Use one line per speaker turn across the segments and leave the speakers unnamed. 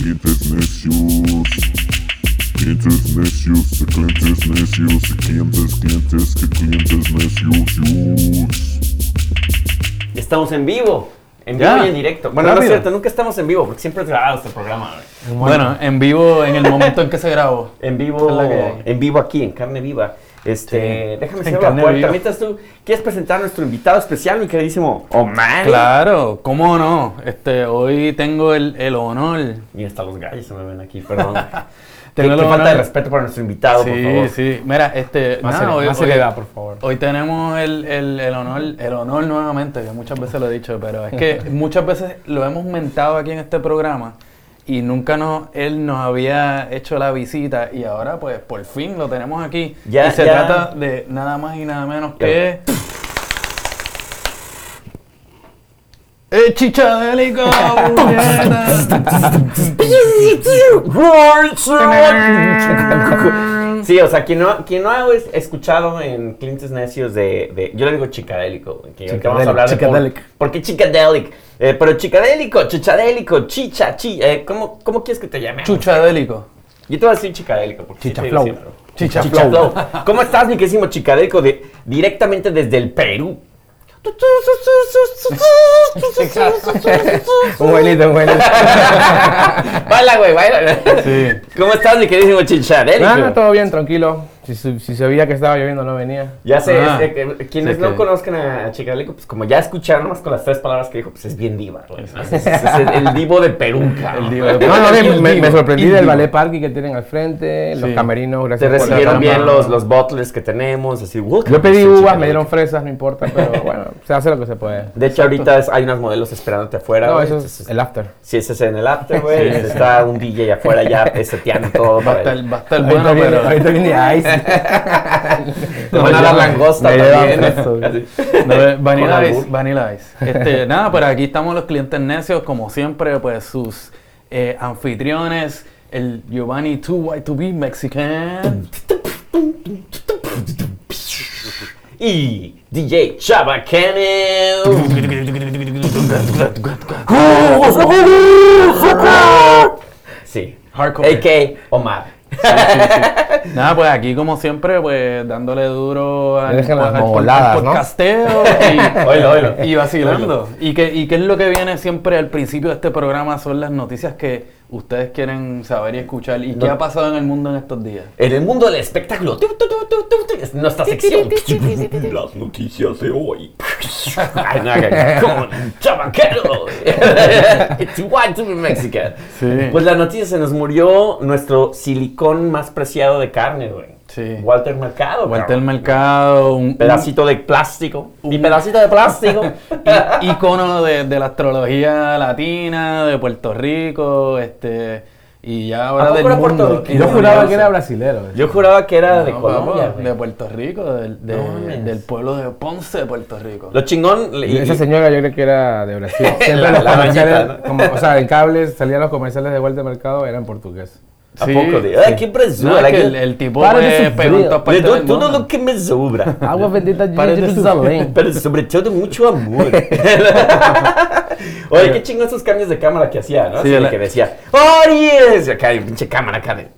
sientes necios. Clientes necios, de clientes necios, de clientes, clientes, de clientes necios.
Estamos en vivo. En
Ya.
vivo y en directo. Bueno, no es
Rápido.
cierto, nunca estamos en vivo, porque siempre es grabado este programa. güey.
Bueno, en vivo en el momento en que se grabó.
En vivo,
Es la que hay.
en vivo aquí, en carne viva. Este,
Sí.
déjame
En
cerrar la
carne
puerta.
viva.
Mientras tú quieres presentar a nuestro invitado especial, mi queridísimo Omar.
Claro, ¿cómo no? Este, hoy tengo el, el honor.
Y hasta los gallos se me ven aquí, perdón. qué
Tengo
qué
el honor.
falta de respeto para nuestro invitado, por favor.
Sí, sí. Mira, este,
Más,
nada,
seri-
hoy,
más
hoy-
seriedad, por favor.
hoy tenemos el, el- el honor, el honor nuevamente, que muchas veces lo he dicho, pero es que muchas veces lo hemos mentado aquí en este programa y nunca nos, él nos había hecho la visita y ahora pues por fin lo tenemos aquí.
Ya-
y se
ya.
trata de nada más y nada menos que... ¡El chichadélico!
Ah. Sí, o sea, quien no, quien no ha es- escuchado en Clientes Necios de, de- Yo le digo chicadélico. Que ahorita
Chicadélico,
vamos a hablar de por-
chicadélico.
¿Por qué chicadélico? Eh, pero chicadélico, chichadélico, chicha, chi. eh, ¿cómo, ¿Cómo quieres que te llame?
Chuchadélico.
Yo te voy a decir chicadélico. Porque sí te digo
Chichaflow.
siempre.
Chicha
Chichaflow. ¿Cómo estás, mi querísimo chicadélico? De, directamente desde el Perú.
Un buenito, un buenito.
baila, güey, baila.
Sí. Ah,
¿Cómo estás, mi queridísimo chichadélico?
Nada, Ah, todo bien, tranquilo. Si, se- si sabía que estaba lloviendo, no venía.
Ya sé,
Ah.
es- eh, eh, quienes
Sí,
no
que-
conozcan a Chicadélico, pues como ya escucharon más con las tres palabras que dijo, pues es bien diva, güey. Es, es- es el, el divo de Perú, cabrón.
El divo de Perú.
No, no, me, me- me sorprendí del
Indigo.
ballet parking que tienen al frente, los
Sí.
camerinos,
Te
gracias por la
recibieron
cama.
bien los, los bottlers que tenemos, así, uh, welcome.
Yo pedí
Mr.
uvas,
Chicadélico.
me dieron fresas, no importa, pero bueno, se hace lo que se puede.
De hecho, ahorita es- hay unas modelos esperándote afuera.
No,
güey,
eso
entonces-
es el after.
Sí, ese es en el after, güey.
Sí, sí, sí.
Está un DJ afuera ya seteando todo.
Va
para
a estar, va a estar
Ahorita
bueno,
viene-
pero...
Ahorita viene Ice.
Te van a dar langosta
Me llevan
también.
preso, güey.
No, eh,
Con
Vanilla Ice,
albur.
Vanilla Ice. Este, nada, pues aquí estamos los clientes necios, como siempre, pues sus eh, anfitriones, el Giovanni 2Y2B Mexican.
Y DJ Chabacane. sí.
Hardcore.
AK Omar.
Nada, pues aquí, como siempre, pues dándole duro al,
Dejen las
al- al
mongoladas, ¿no?
podcasteo y,
Oilo, oilo.
y vacilando. ¿Y qué y qué es lo que viene siempre al principio de este programa? Son las noticias que ustedes quieren saber y escuchar. ¿Y qué ha pasado en el mundo en estos días?
En el mundo del espectáculo. Tu, tu, tu, tu, tu, tu, es nuestra sección.
Las noticias de hoy.
Ay, no, que- Con Chabaquero. It's white to be Mexican.
Sí.
Pues la noticia se nos murió nuestro silicón más preciado de carne, güey.
Sí.
Walter Mercado.
Vuelta al
cabrón.
mercado, un- un,
Pedacito de plástico. Y pedacito de plástico.
I- ícono de, de la astrología latina, de Puerto Rico, este, y ya
¿A
ahora
poco
del
era
mundo.
puertorriqueño?
Y
Yo
no,
juraba
no,
que era brasilero.
Yo juraba que era
no,
de
no,
Colombia.
no,
güey.
de Puerto Rico, del, de-
No mames.
del pueblo de Ponce de Puerto Rico.
Lo chingón. le-
Y esa señora yo creo que era de Brasil. Siempre
La-
los
la
comerciales,
doñita, ¿no?
como, o sea, en cables salían los comerciales de vuelta al mercado, eran portugués.
¿A poco? De, ay, qué presura,
No, es que
que-
el, el tipo
Para
pues,
de sufrir.
pegó en todas
Le
partes
doy
del
todo
mundo. Ah,
lo que me sobra.
Agua bendita de
Para de
Jerusalén.
Pero sobre todo mucho amor. Oye, qué chingón esos cambios de cámara que hacía, ¿no?
Sí,
Así de
la-
que decía, ¡Ories! Y acá hay pinche cámara acá de.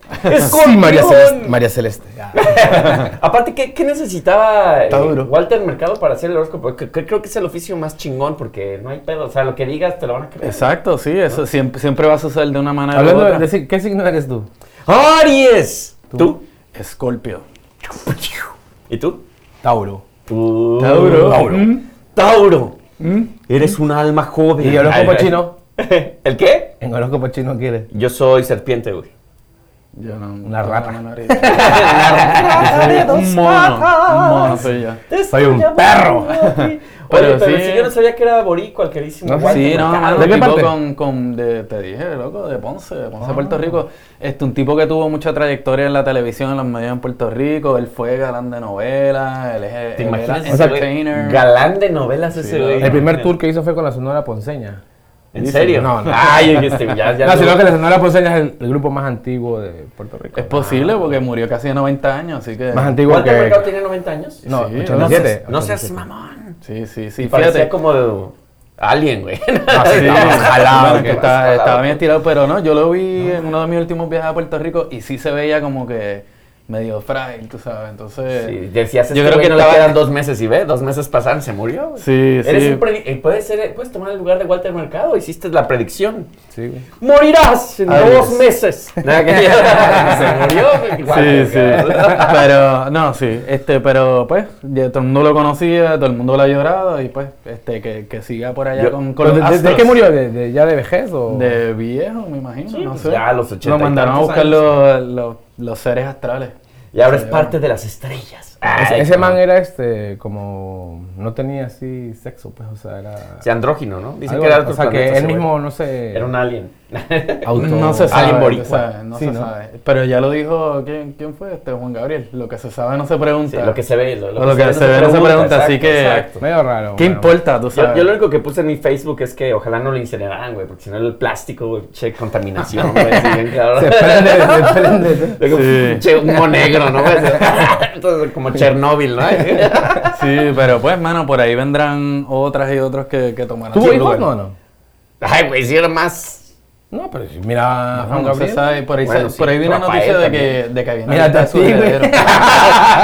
Sí, María Celeste.
¡Escorpión!
María Celeste. Ah.
Aparte, ¿qué, qué necesitaba eh,
Está duro.
Walter Mercado para hacer el horóscopo? Que- que creo que es el oficio más chingón porque no hay pedo. O sea, lo que digas te lo van a creer.
Exacto, sí, eso siempre, siempre va a suceder de una manera u
Hablando
otra.
de, de- ¿qué signo eres tú?
¡Aries! ¿Tú?
Escorpio.
¿Y tú?
Tauro.
Tú.
Tauro.
Tauro.
Mm.
Tauro. Eres un alma joven.
¿Mm? ¿Y horóscopo
Ay, ay.
chino?
¿El qué?
En horóscopo chino, ¿qué eres?
Yo soy serpiente, güey.
Yo no,
Una
no,
rata.
no, no, no, no. un mono, un mono soy yo.
Soy un perro.
Oye, pero,
Pero
si
sí.
yo no sabía que era boricua el queridísimo.
No,
Walter
Sí, no,
Mercado.
mano,
¿De
un
qué
tipo
parte? Ah.
Con, con de, te dije, loco, de Ponce, de Ponce, Puerto Rico. Este, un tipo que tuvo mucha trayectoria en la televisión, en los medios en Puerto Rico. Él fue galán de novelas, él es
¿Te
él era
imaginas? ese güey?
entertainer.
Galán de novelas ese
Sí,
güey.
El primer tour que hizo fue con la Sonora Ponceña.
¿En serio?
No, no.
Ay, este, ya, ya.
no,
lo-
sino que la Sonora Ponceña es el, el grupo más antiguo de Puerto Rico.
es posible porque murió casi de 90 años, así que...
Más antiguo
Walter Mercado
que...
tiene 90 años.
No,
Sí,
No
87.
seas, no seas mamón.
Sí, sí, sí.
Y parecía
Fíjate, Ah,
como de- Alien, güey.
Sí,
Estaba jalado, que
bueno, que estaba,
jalado.
estaba bien estirado, pero no, yo lo vi en uno de mis últimos viajes a Puerto Rico y sí se veía como que medio frágil, tú sabes. Entonces,
Sí, decías,
Yo
yo
creo
creo
que
que no
le
le
va-
quedan dos meses y ve, dos meses pasaron, se murió. güey.
Sí,
Eres
sí.
un predi- eh, puedes, ser, puedes tomar el lugar de Walter Mercado, hiciste la predicción.
Sí, güey.
¡Morirás en
Adiós.
dos meses! Nada que- se murió. güey. Guau,
sí, sí.
cabrón.
pero, no, sí. Este, pero pues, ya todo el mundo lo conocía, todo el mundo lo ha llorado y pues, este, que, que siga por allá
Yo-
con, con
Pero
los
¿De, de- de
Astros.
qué murió? ¿De, de- ya de vejez o...?
De viejo, me imagino,
Sí,
no
pues
sé.
ya a los ochenta
Lo
y
mandaron a
tantos
buscar
años.
los, los, los seres astrales.
Y ahora es parte de las estrellas.
Ah,
Ese,
Ay,
ese man
cabrón.
era este, como. No tenía así sexo, pues, o sea, era.
Sí, andrógino, ¿no? Dicen
algo-
que era de
o
otros
sea, que
planetas,
él
ese
mismo,
güey.
no sé.
Era un alien.
auto-
No se sabe.
Alien
no
boricua.
se sabe, no
Sí,
se
¿no?
sabe. Pero ya lo dijo, ¿quién, quién fue? Este Juan Gabriel. Lo que se sabe no se pregunta.
Sí, lo que se ve. Lo,
Lo que se ve no se pregunta, así que-
Medio raro.
¿Qué
bueno.
importa? Tú
Yo,
sabes.
yo lo único que puse en mi Facebook es que ojalá no lo incineraran, güey, porque si no el plástico, güey, che, contaminación, güey, sí, bien claro.
Se prende, se prende. ¿no?
Luego,
Sí.
Che, humo negro, ¿no? güey? Entonces, como Chernóbil, ¿no?
Sí, pero pues, mano, por ahí vendrán otras y otros que, que tomarán
¿Tuvo
su lugar.
hijos? No, no.
Ay, güey, si era más.
No, pero si mira,
Ajá,
Juan
no se
Gabriel.
sabe, por ahí,
Bueno,
se-
sí,
por ahí vi una
Rafael
noticia de
también.
que, de que había
Mira,
su
Tati, güey.
heredero.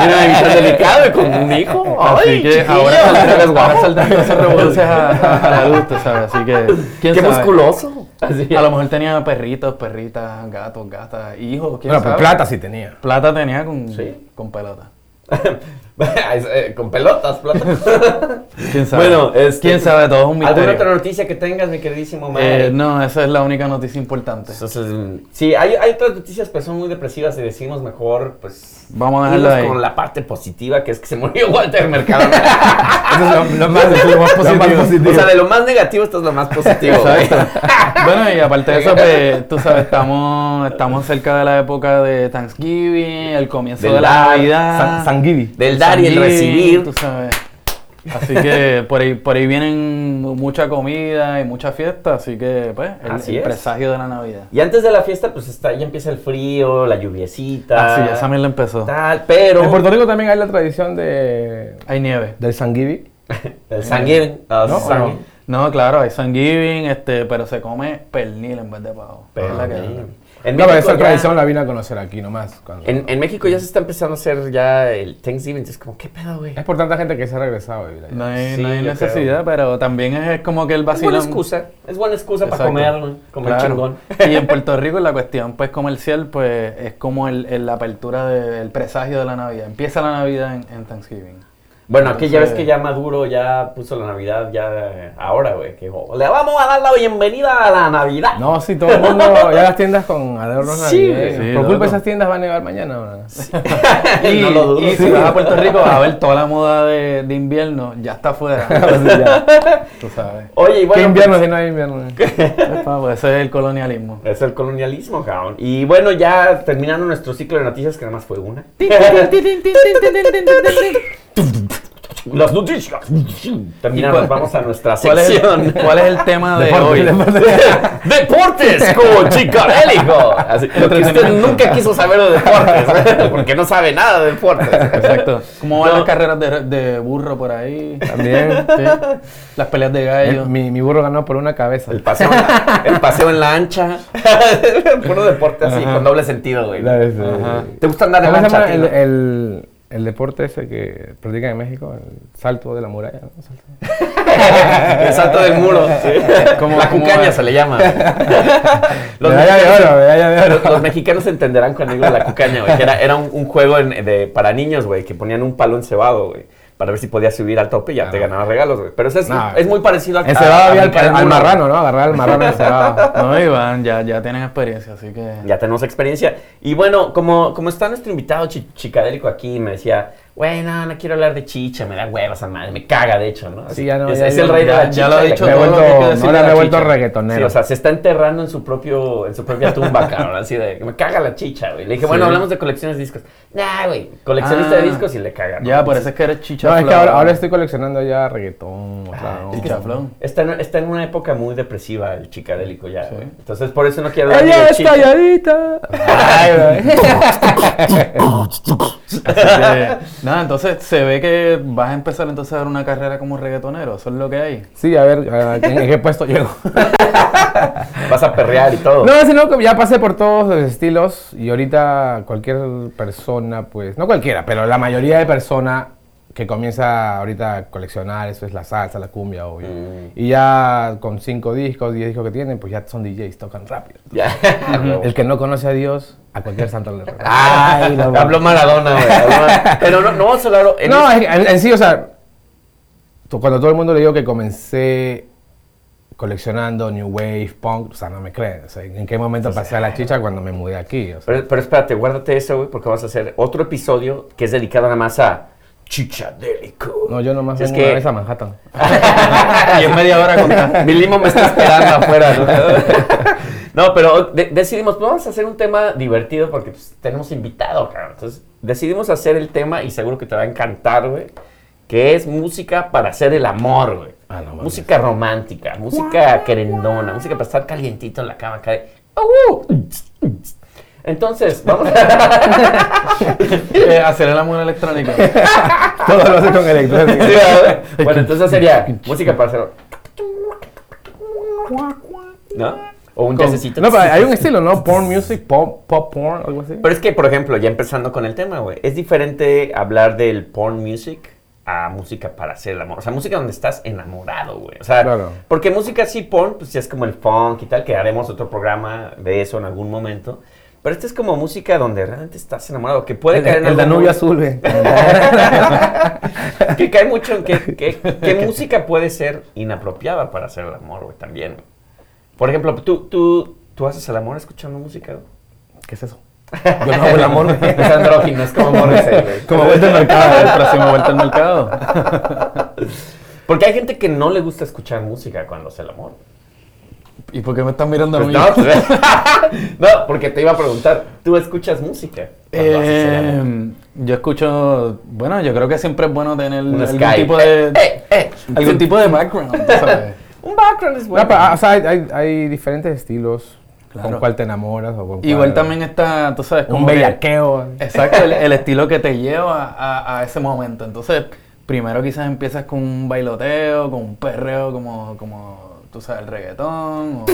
Mira, y tan delicado y con un hijo.
Así
Ay,
que
chiquillo.
ahora saldrán, ahora
Guapo.
saldrán esas revoluciones a, a- a la luz, tú sabes. Así que, ¿quién
Qué
sabe?
musculoso. Así.
A lo mejor tenía perritos, perritas, gatos, gatas, hijos, quién
Bueno,
sabe.
pues plata sí tenía.
Plata tenía con,
Sí.
con pelota.
Es, eh, con pelotas, plata.
¿Quién sabe?
Bueno, este-
¿Quién sabe? Todo es un
¿Alguna
misterio.
otra noticia que tengas, mi queridísimo
Eh,
madre?
no, esa es la única noticia importante.
Entonces, mm, sí, hay, hay otras noticias pues son muy depresivas y decimos mejor, pues...
Vamos a dejarla
irnos
ahí.
con la parte positiva, que es que se murió Walter Mercado.
Eso es lo, lo más, lo más
Lo más
positivo.
positivo.
o sea, de lo más negativo, esto es lo más positivo. ¿eh? güey.
bueno, y aparte de eso, pues, tú sabes, estamos, estamos cerca de la época de Thanksgiving, el comienzo
Del
de la
dar,
Navidad.
San, Sanguibi.
Del dar y el
Thanksgiving,
recibir.
Tú sabes. Así que por ahí, por ahí vienen mucha comida y mucha fiesta, así que, pues, el,
Así
el
es.
presagio de la Navidad.
Y antes de la fiesta, pues está, ya empieza el frío, la lluviecita.
Así, Ah, ya Samir la empezó.
Tal, pero...
En Puerto Rico también hay la tradición de,
Hay nieve.
del Sanguibi.
El sanguín. ah,
¿No?
sanguín.
¿O no?
No, claro, hay Thanksgiving, este, pero se come pernil en vez de pavo. Es la que-
Pero, en
No, pero
México
esa
ya-
tradición la vine a conocer aquí nomás. cuando-
En, en México ya se está empezando a hacer ya el Thanksgiving, entonces como, ¿qué pedo, güey?
Es por tanta gente que se ha regresado a vivir allá.
No hay,
Sí,
no hay
yo
necesidad, pero también es, es como que el
Es buena
vacilón.
excusa, es buena excusa
Exacto.
para comer, güey, comer
Claro.
chingón.
Y en Puerto Rico la cuestión pues comercial pues es como el, el- la apertura del presagio de la Navidad. Empieza la Navidad en, en Thanksgiving.
Bueno, aquí ya ves que
Entonces-
ya Maduro ya puso la Navidad ya eh, ahora, güey. Que oh, le vamos a dar la bienvenida a la Navidad.
No, sí, todo el mundo, ya las tiendas con adornos
Sí,
navideños.
sí,
Por
loco.
culpa de esas tiendas van a nevar mañana. ¿no?
Y,
no lo dudo.
y si vas a Puerto Rico vas a ver toda la moda de, de invierno, ya está afuera.
Así ya.
Tú sabes.
Oye, y bueno,
¿Qué invierno
pues,
si no hay invierno?
Epa, pues, ese es el colonialismo.
es el colonialismo, cabrón. Y bueno, ya terminando nuestro ciclo de noticias, que nada más fue una. Las noticias. Terminamos,
cuál-
vamos a nuestra
¿Cuál es, el,
sección.
cuál es el tema de
Deporte,
hoy?
deporte.
Deportes con Chicarélico. Así, Lo que usted nunca quiso saber de deportes, porque no sabe nada de deportes.
Exacto. ¿Cómo van
No.
las carreras de, de burro por ahí?
También.
Sí. Las peleas de gallo.
El- mi, mi burro ganó por una cabeza.
El paseo, en la- el paseo en la ancha. Puro deporte así, con doble sentido, güey.
La vez de-
Ajá.
¿Te gusta andar en
¿Cómo se
lancha?
llama
a ti,
el, eh?
no?
el- el deporte ese que practican en México? El salto de la muralla. ¿no? Salto.
El salto del muro.
¿Cómo-
la
cómo
cucaña
es?
se le llama. güey. Los
Medalla de
mexicanos-
oro, medalla de oro.
Los, los mexicanos entenderán cuando digo la cucaña, güey. que Era, era un, un juego en- de, para niños, güey, que ponían un palo encebado, güey. Para ver si podías subir al tope y ya te ganabas regalos, güey. Pero eso es,
Ah. No.
es muy parecido al
Encerrado había al,
brincar
al- al
muro.
marrano, ¿no? Agarrar al marrano encerrado.
No, Iván, ya, ya tienen experiencia, así que.
Ya tenemos experiencia. Y bueno, como, como está nuestro invitado chi- chicadélico aquí, me decía, güey, no, no quiero hablar de chicha, me da hueva esa madre, me caga, de hecho, ¿no?
Sí, ya no,
es,
ya
es
yo-
el rey de
ya-
la
ya
chicha.
lo ha
güey.
dicho
Me he
todo
vuelto,
lo que hay que decir
ahora
de
me
la
he vuelto
chicha.
Sí,
reggaetonero.
o sea, se está enterrando en su propio, en su propia tumba, cabrón. Así de, me caga la chicha, güey. Le dije, bueno, hablamos de colecciones de discos. Nah, güey, coleccionista
Ah.
de discos y le caga. ¿no?
Ya, por eso es que eres chicha.
no, es que
flow.
ahora, ahora estoy coleccionando ya reggaetón. o
Ah,
sea, no.
Chicha flow.
Está en, está en una época muy depresiva el chicadélico ya,
Sí.
güey. Entonces, por eso no quiero hablar
¡Ella
de
es
chicha.
calladita! Ay, güey.
Así que, nada, entonces se ve que vas a empezar entonces a dar una carrera como reggaetonero, eso es lo que hay.
Sí, a ver, a- ¿en en qué puesto llego?
Vas a perrear y todo.
No, sino que ya pasé por todos los estilos y ahorita cualquier persona, pues, no cualquiera, pero la mayoría de personas que comienza ahorita a coleccionar, eso es la salsa, la cumbia, obvio.
Mm.
Y ya con cinco discos, diez discos que tienen, pues ya son DJs, tocan rápido.
Ya.
El que no conoce a Dios, a cualquier santo le reza.
Ah, Ay,
la-
habló Maradona, güey. habló Mar- Pero no, no vamos a hablar. en
No,
este-
en, en- en sí, o sea, tú- cuando todo el mundo le digo que comencé coleccionando New Wave, Punk, o sea, no me creen. O sea, ¿en qué momento pasé a la chicha cuando me mudé aquí? O sea,
Pero, pero espérate, guárdate eso, güey, porque vamos a hacer otro episodio que es dedicado nada más a chichadélico.
no, yo nomás
Es
vengo
que-
una vez a Manhattan.
Y en media hora contar.
Mi limo me está esperando afuera, ¿no? No, pero de- decidimos, pues, vamos a hacer un tema divertido porque pues, tenemos invitado, cabrón. Entonces, decidimos hacer el tema y seguro que te va a encantar, güey. Que es música para hacer el amor, güey.
Ah, no mames.
música romántica, música querendona, música para estar calientito en la cama, acá de, "Au, au". Entonces, vamos
Eh, hacer el amor electrónico.
Todo lo hace con electrónica.
Sí, ¿verdad? bueno, entonces sería música para hacer. ¿No? O un jazzcito.
No, pero hay un estilo, ¿no? Porn music, pop, pop porn, algo así.
Pero es que, por ejemplo, ya empezando con el tema, güey, es diferente hablar del porn music a música para hacer el amor. O sea, música donde estás enamorado, güey. O sea,
Claro.
porque música sí, porn, pues ya es como el funk y tal, que haremos otro programa de eso en algún momento. Pero esta es como música donde realmente estás enamorado, que puede
el,
caer en
el
algún
Danubio
momento-
azul, ve.
que cae mucho en que, que- que música puede ser inapropiada para hacer el amor, güey, también. güey. Por ejemplo, ¿tú, tú, tú haces el amor escuchando música, güey?
¿Qué es eso? Yo no hago el amor. güey.
Es andrógino, es como Morrissey, güey.
Como vuelta al mercado, eh, el próximo vuelta al mercado.
Porque hay gente que no le gusta escuchar música cuando hace el amor.
¿Y por qué me estás mirando a
Pues
mí?
no, pues, no, porque te iba a preguntar, ¿tú escuchas música cuando haces el amor?
Eh, yo escucho, bueno, yo creo que siempre es bueno tener
Un
algún
Skype.
tipo de
Eh, eh, eh.
algún tipo de background, tú ¿sabes?
Un background es bueno.
No, pero, ah, o sea, hay, hay- hay diferentes estilos
Claro.
con cuál te enamoras o con cuál-
Igual también está, tú sabes,
un
como que-
bellaqueo.
Exacto, el, el estilo que te lleva a, a ese momento. Entonces, primero quizás empiezas con un bailoteo, con un perreo, como, como tú sabes, el reggaetón. o-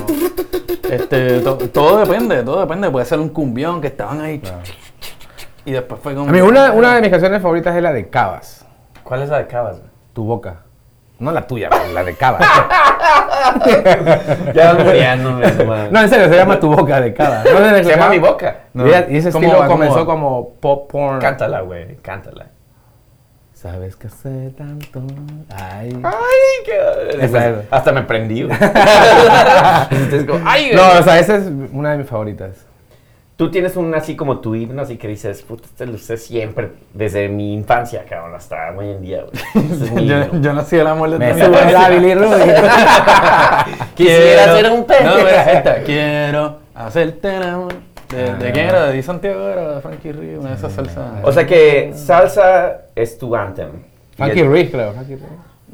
este, to- todo depende, todo depende. Puede ser un cumbión que estaban ahí. Y después fue como. "Ah,
A mí, una, una de mis canciones favoritas es la de Cavas,
¿Cuál es la de Cabas, güey?
Tu Boca. No la tuya, pero la de Cavas.
Ya muriéndome, no mames.
no, en serio, se llama Tu Boca de Cavas. ¿No la has
Se llama
escuchado?
Mi Boca.
Y ella- Y ese
¿Cómo
estilo
va, cómo
comenzó
va?
como pop porn.
Cántala, güey, cántala.
Sabes que hace tanto. Ay.
Ay, qué...
Esa es.
Hasta me prendí. güey. Entonces, como, ay,
No,
güey.
o sea, esa es una de mis favoritas.
Tú tienes un así como tu himno, así que dices, puta, este lo usé siempre, desde mi infancia, cabrón, hasta hoy en día, güey. Este es mi
yo,
himno.
yo nací el amor de
Me
tu vida.
sube la Billy Rubin.
Quisiera
Quiero-
ser un pez.
No, mira, esta. Quiero hacerte el amor. ¿De,
Ah.
de quién era? ¿De Di Santiago era? ¿De Frankie Río? Una de esas salsas.
o sea que salsa es tu anthem.
Funky
Y-
Rich, creo. Funky Rich.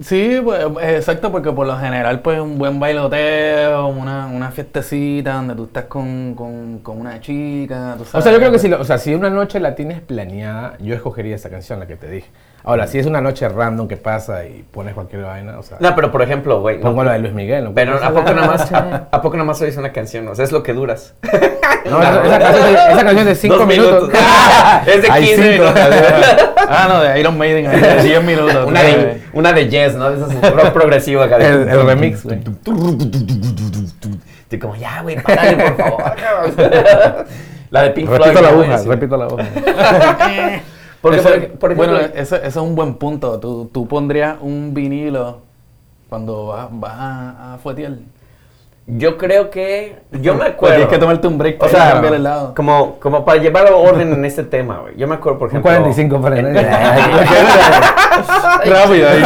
Sí, pues exacto, porque por lo general, pues un buen bailoteo, una, una fiestecita donde tú estás con, con, con una chica, tú
O
sabes.
sea, yo creo que si, lo- o sea, si una noche la tienes planeada, yo escogería esa canción, la que te dije. Ahora, si es una noche random que pasa y pones cualquier vaina, o sea,
No, pero por ejemplo, güey. no.
pongo la de Luis Miguel. ¿no?
Pero ¿a
Esa-
poco nada más, a, a poco nada más oyes una canción? O sea, es lo que duras.
No, esa, esa canción, es de- esa canción es de 5
Dos
minutos.
minutos. Es de
Hay
15
cinco.
minutos.
Ah, no, de Iron Maiden, ahí, de 10 minutos.
Una
tú
de,
sabes.
una de Yes, ¿no? De esas rock progresivo acá. de-
El, el remix, güey.
Estoy como, ya, güey, párale, por favor. cabrón. la de Pink Floyd.
Repito la
¿no?
aguja,
Sí.
repito la aguja.
Porque,
Eso-
por, ej- por ejemplo,
bueno, eh, eso, eso es un buen punto. Tú, tú pondrías un vinilo cuando vas, vas a, a fuetear.
yo creo que. Yo me
Pues
acuerdo.
tienes que tomarte un break
o
para
sea,
cambiar el lado.
como, como para llevar orden en este tema, güey. Yo me acuerdo, por
Un
ejemplo.
45 para el
Rápido ahí.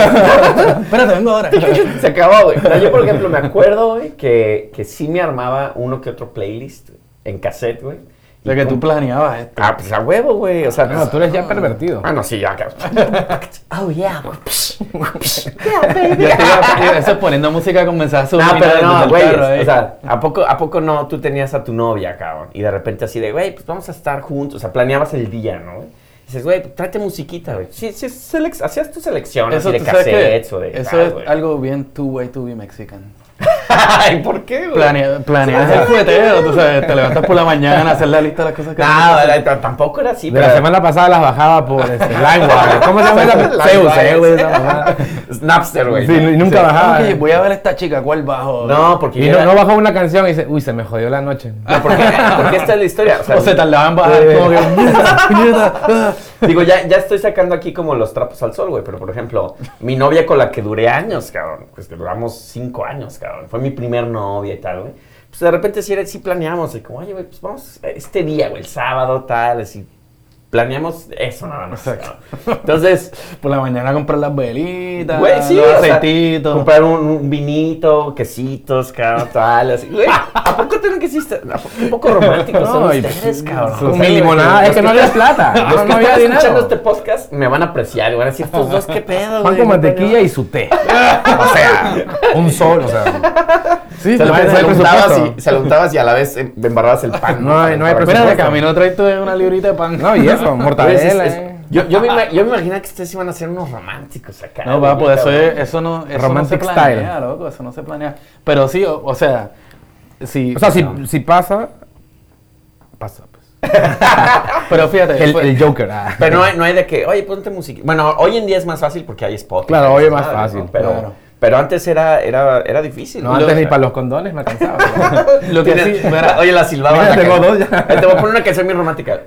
Espérate, vengo ahora.
Se acabó, güey. Pero yo, por ejemplo, me acuerdo, güey, que, que sí me armaba uno que otro playlist en cassette, güey.
Lo que tú planeabas este. esto.
Ah, pues a huevo, güey. O sea,
No, tú eres ya pervertido.
Ah, no, sí, ya. Oh, yeah.
Yo estoy yo- eso es poniendo música con mensajes
No, pero
subliminales desde
no,
el
güey.
carro eh. ahí.
O sea, ¿a poco, ¿a poco no tú tenías a tu novia, cabrón? Y de repente así de, güey, pues vamos a estar juntos. O sea, planeabas el día, ¿no? Dices, güey, trate musiquita, güey. Sí, sí, selec- hacías tus selecciones
Eso,
así de
tú sabes que
cassettes o de
eso
tal,
es
güey.
algo bien two way to be mexican.
Ay, ¿por qué, güey?
Planea- Planeas el ¿eh? fueteo, tú sabes, te levantas por la mañana, hacer la lista de las cosas que tienes que
No,
hacer.
la- t- tampoco era así.
De la
pero-
semana pasada las bajaba por este, LimeWire. ¿Cómo se llama esa? Zeus, eh, güey, esa mamada.
Snapster, güey.
Sí, y nunca
Sí,
bajaba.
como que
eh.
voy a ver a esta chica, ¿cuál bajo?
No, porque
Y
yo
no,
era-
no bajaba una canción y dice, uy, se me jodió la noche.
No, porque, porque esta es la historia. O sea,
O se tardaba en bajar,
Eh.
como que, "Mierda, mierda, ah".
digo, ya, ya estoy sacando aquí como los trapos al sol, güey. Pero, por ejemplo, mi novia con la que duré años, cabrón. Pues que duramos cinco años, cabrón. Fue mi primer novia y tal, güey. Pues de repente sí, era, sí planeamos. Y como, oye, güey, pues vamos este día, güey, el sábado, tal, así. Planeamos eso nada más.
Exacto.
cabrón. Entonces,
Por la mañana comprar las velitas,
Güey, sí,
los
o sea,
aceititos.
comprar un, un vinito, quesitos, cabrón, tal, así. Güey, ¿a poco tienen que existir? ¿A poco- Un poco románticos son
No, y-
ustedes, cabrón.
Con mi limonada, es que no había plata.
Los
No,
que
no había
están escuchando
dinero.
este podcast me van a apreciar y van a decir, estos dos, qué pedo,
Pan
güey.
con mantequilla y su té. O sea, un sol, o sea. Sí,
Se lo,
no hay, no hay
untabas
presupuesto.
y, se lo untabas y a la vez em- embarrabas el pan.
No hay- no hay
Para-
Mira, de
presupuesto.
camino traes tú una librita de pan.
No, y eso,
Güey, Pues es-
mortadela,
es-
eh.
yo, yo me ima- yo me imagino que ustedes iban a ser unos románticos acá.
No,
güey,
va, pues eso,
cabrón.
es- eso no eso
Romantic
no se planea,
style.
loco, eso no se planea. Pero sí, o, o sea, si...
O sea, si, si pasa, pasa. Pues.
Pero fíjate,
El,
fue-
el Joker.
Eh,
ah.
pues. Pero no hay, no hay de que, oye, ponte música. Bueno, hoy en día es más fácil porque hay Spotify.
Claro, hoy es
esas
más
madres,
fácil,
Pero,
claro.
pero antes era, era, era difícil.
No, antes ni para los condones me alcanzaba. ¿verdad?
lo que sí... mira,
oye, la silbaba.
Mira,
la
tengo
cara.
dos ya.
Te voy a poner una canción bien romántica.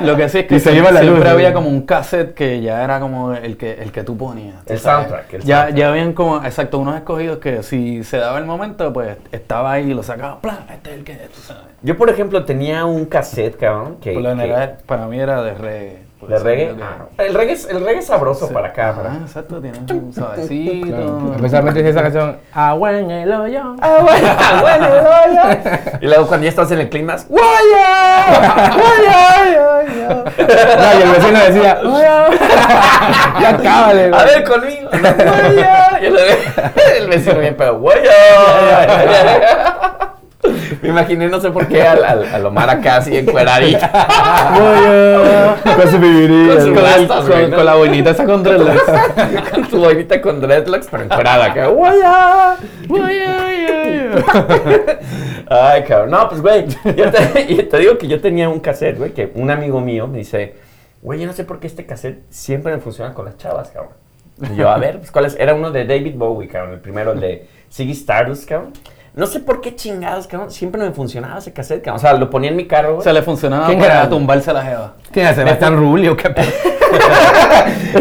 Lo que sí es
Y
que
se
sie-
lleva la
siempre
luz,
había
¿no?
como un cassette que ya era como el que, el que tú ponías.
El
¿sabes?
soundtrack, el
ya,
soundtrack.
ya habían como, exacto, unos escogidos que si se daba el momento, pues estaba ahí y lo sacaba. ¡Plan! Este es el que tú sabes.
Yo, por ejemplo, tenía un cassette, cabrón. Que,
Por lo
que-
general, para mí era de reggae.
¿De reggae?
Sí,
Ah, el reggae? es- El reggae es sabroso para acá,
Ah,
para.
exacto, tiene un suavecito.
Claro. Especialmente si esa canción, ah, bueno, y lo yo.
Ah, bueno, bueno, bueno. Y luego cuando ya estás en el climax, ¡guaya! ¡Guaya!
No, y el vecino decía, "Oye, ya cábale,
A
güey".
ver, conmigo. No, guaya. Y el- el vecino bien pero guaya. Me imaginé, no sé por qué, al, al, al Omar acá así encueradito.
Oye, con su viviría.
Con su-
güey.
Con, el-
Gastas,
con-
güey, ¿no?
con la boinita esa contra el...
con su boinita con dreadlocks, pero encuerada acá. Guaya. Ay, cabrón. No, pues, güey, yo te, yo te digo que yo tenía un cassette, güey, que un amigo mío me dice, güey, yo no sé por qué este cassette siempre me funciona con las chavas, cabrón. Y yo, a ver, pues, ¿cuál es? Era uno de David Bowie, cabrón, el primero, el de Ziggy Stardust, cabrón. No sé por qué chingados, cabrón, siempre me funcionaba ese cassette, cabrón. O sea, lo ponía en mi carro, güey.
Se le funcionaba
¿Quién
para
era?
tumbarse la jeva.
¿Quién es Sebastián Rulli o qué pe-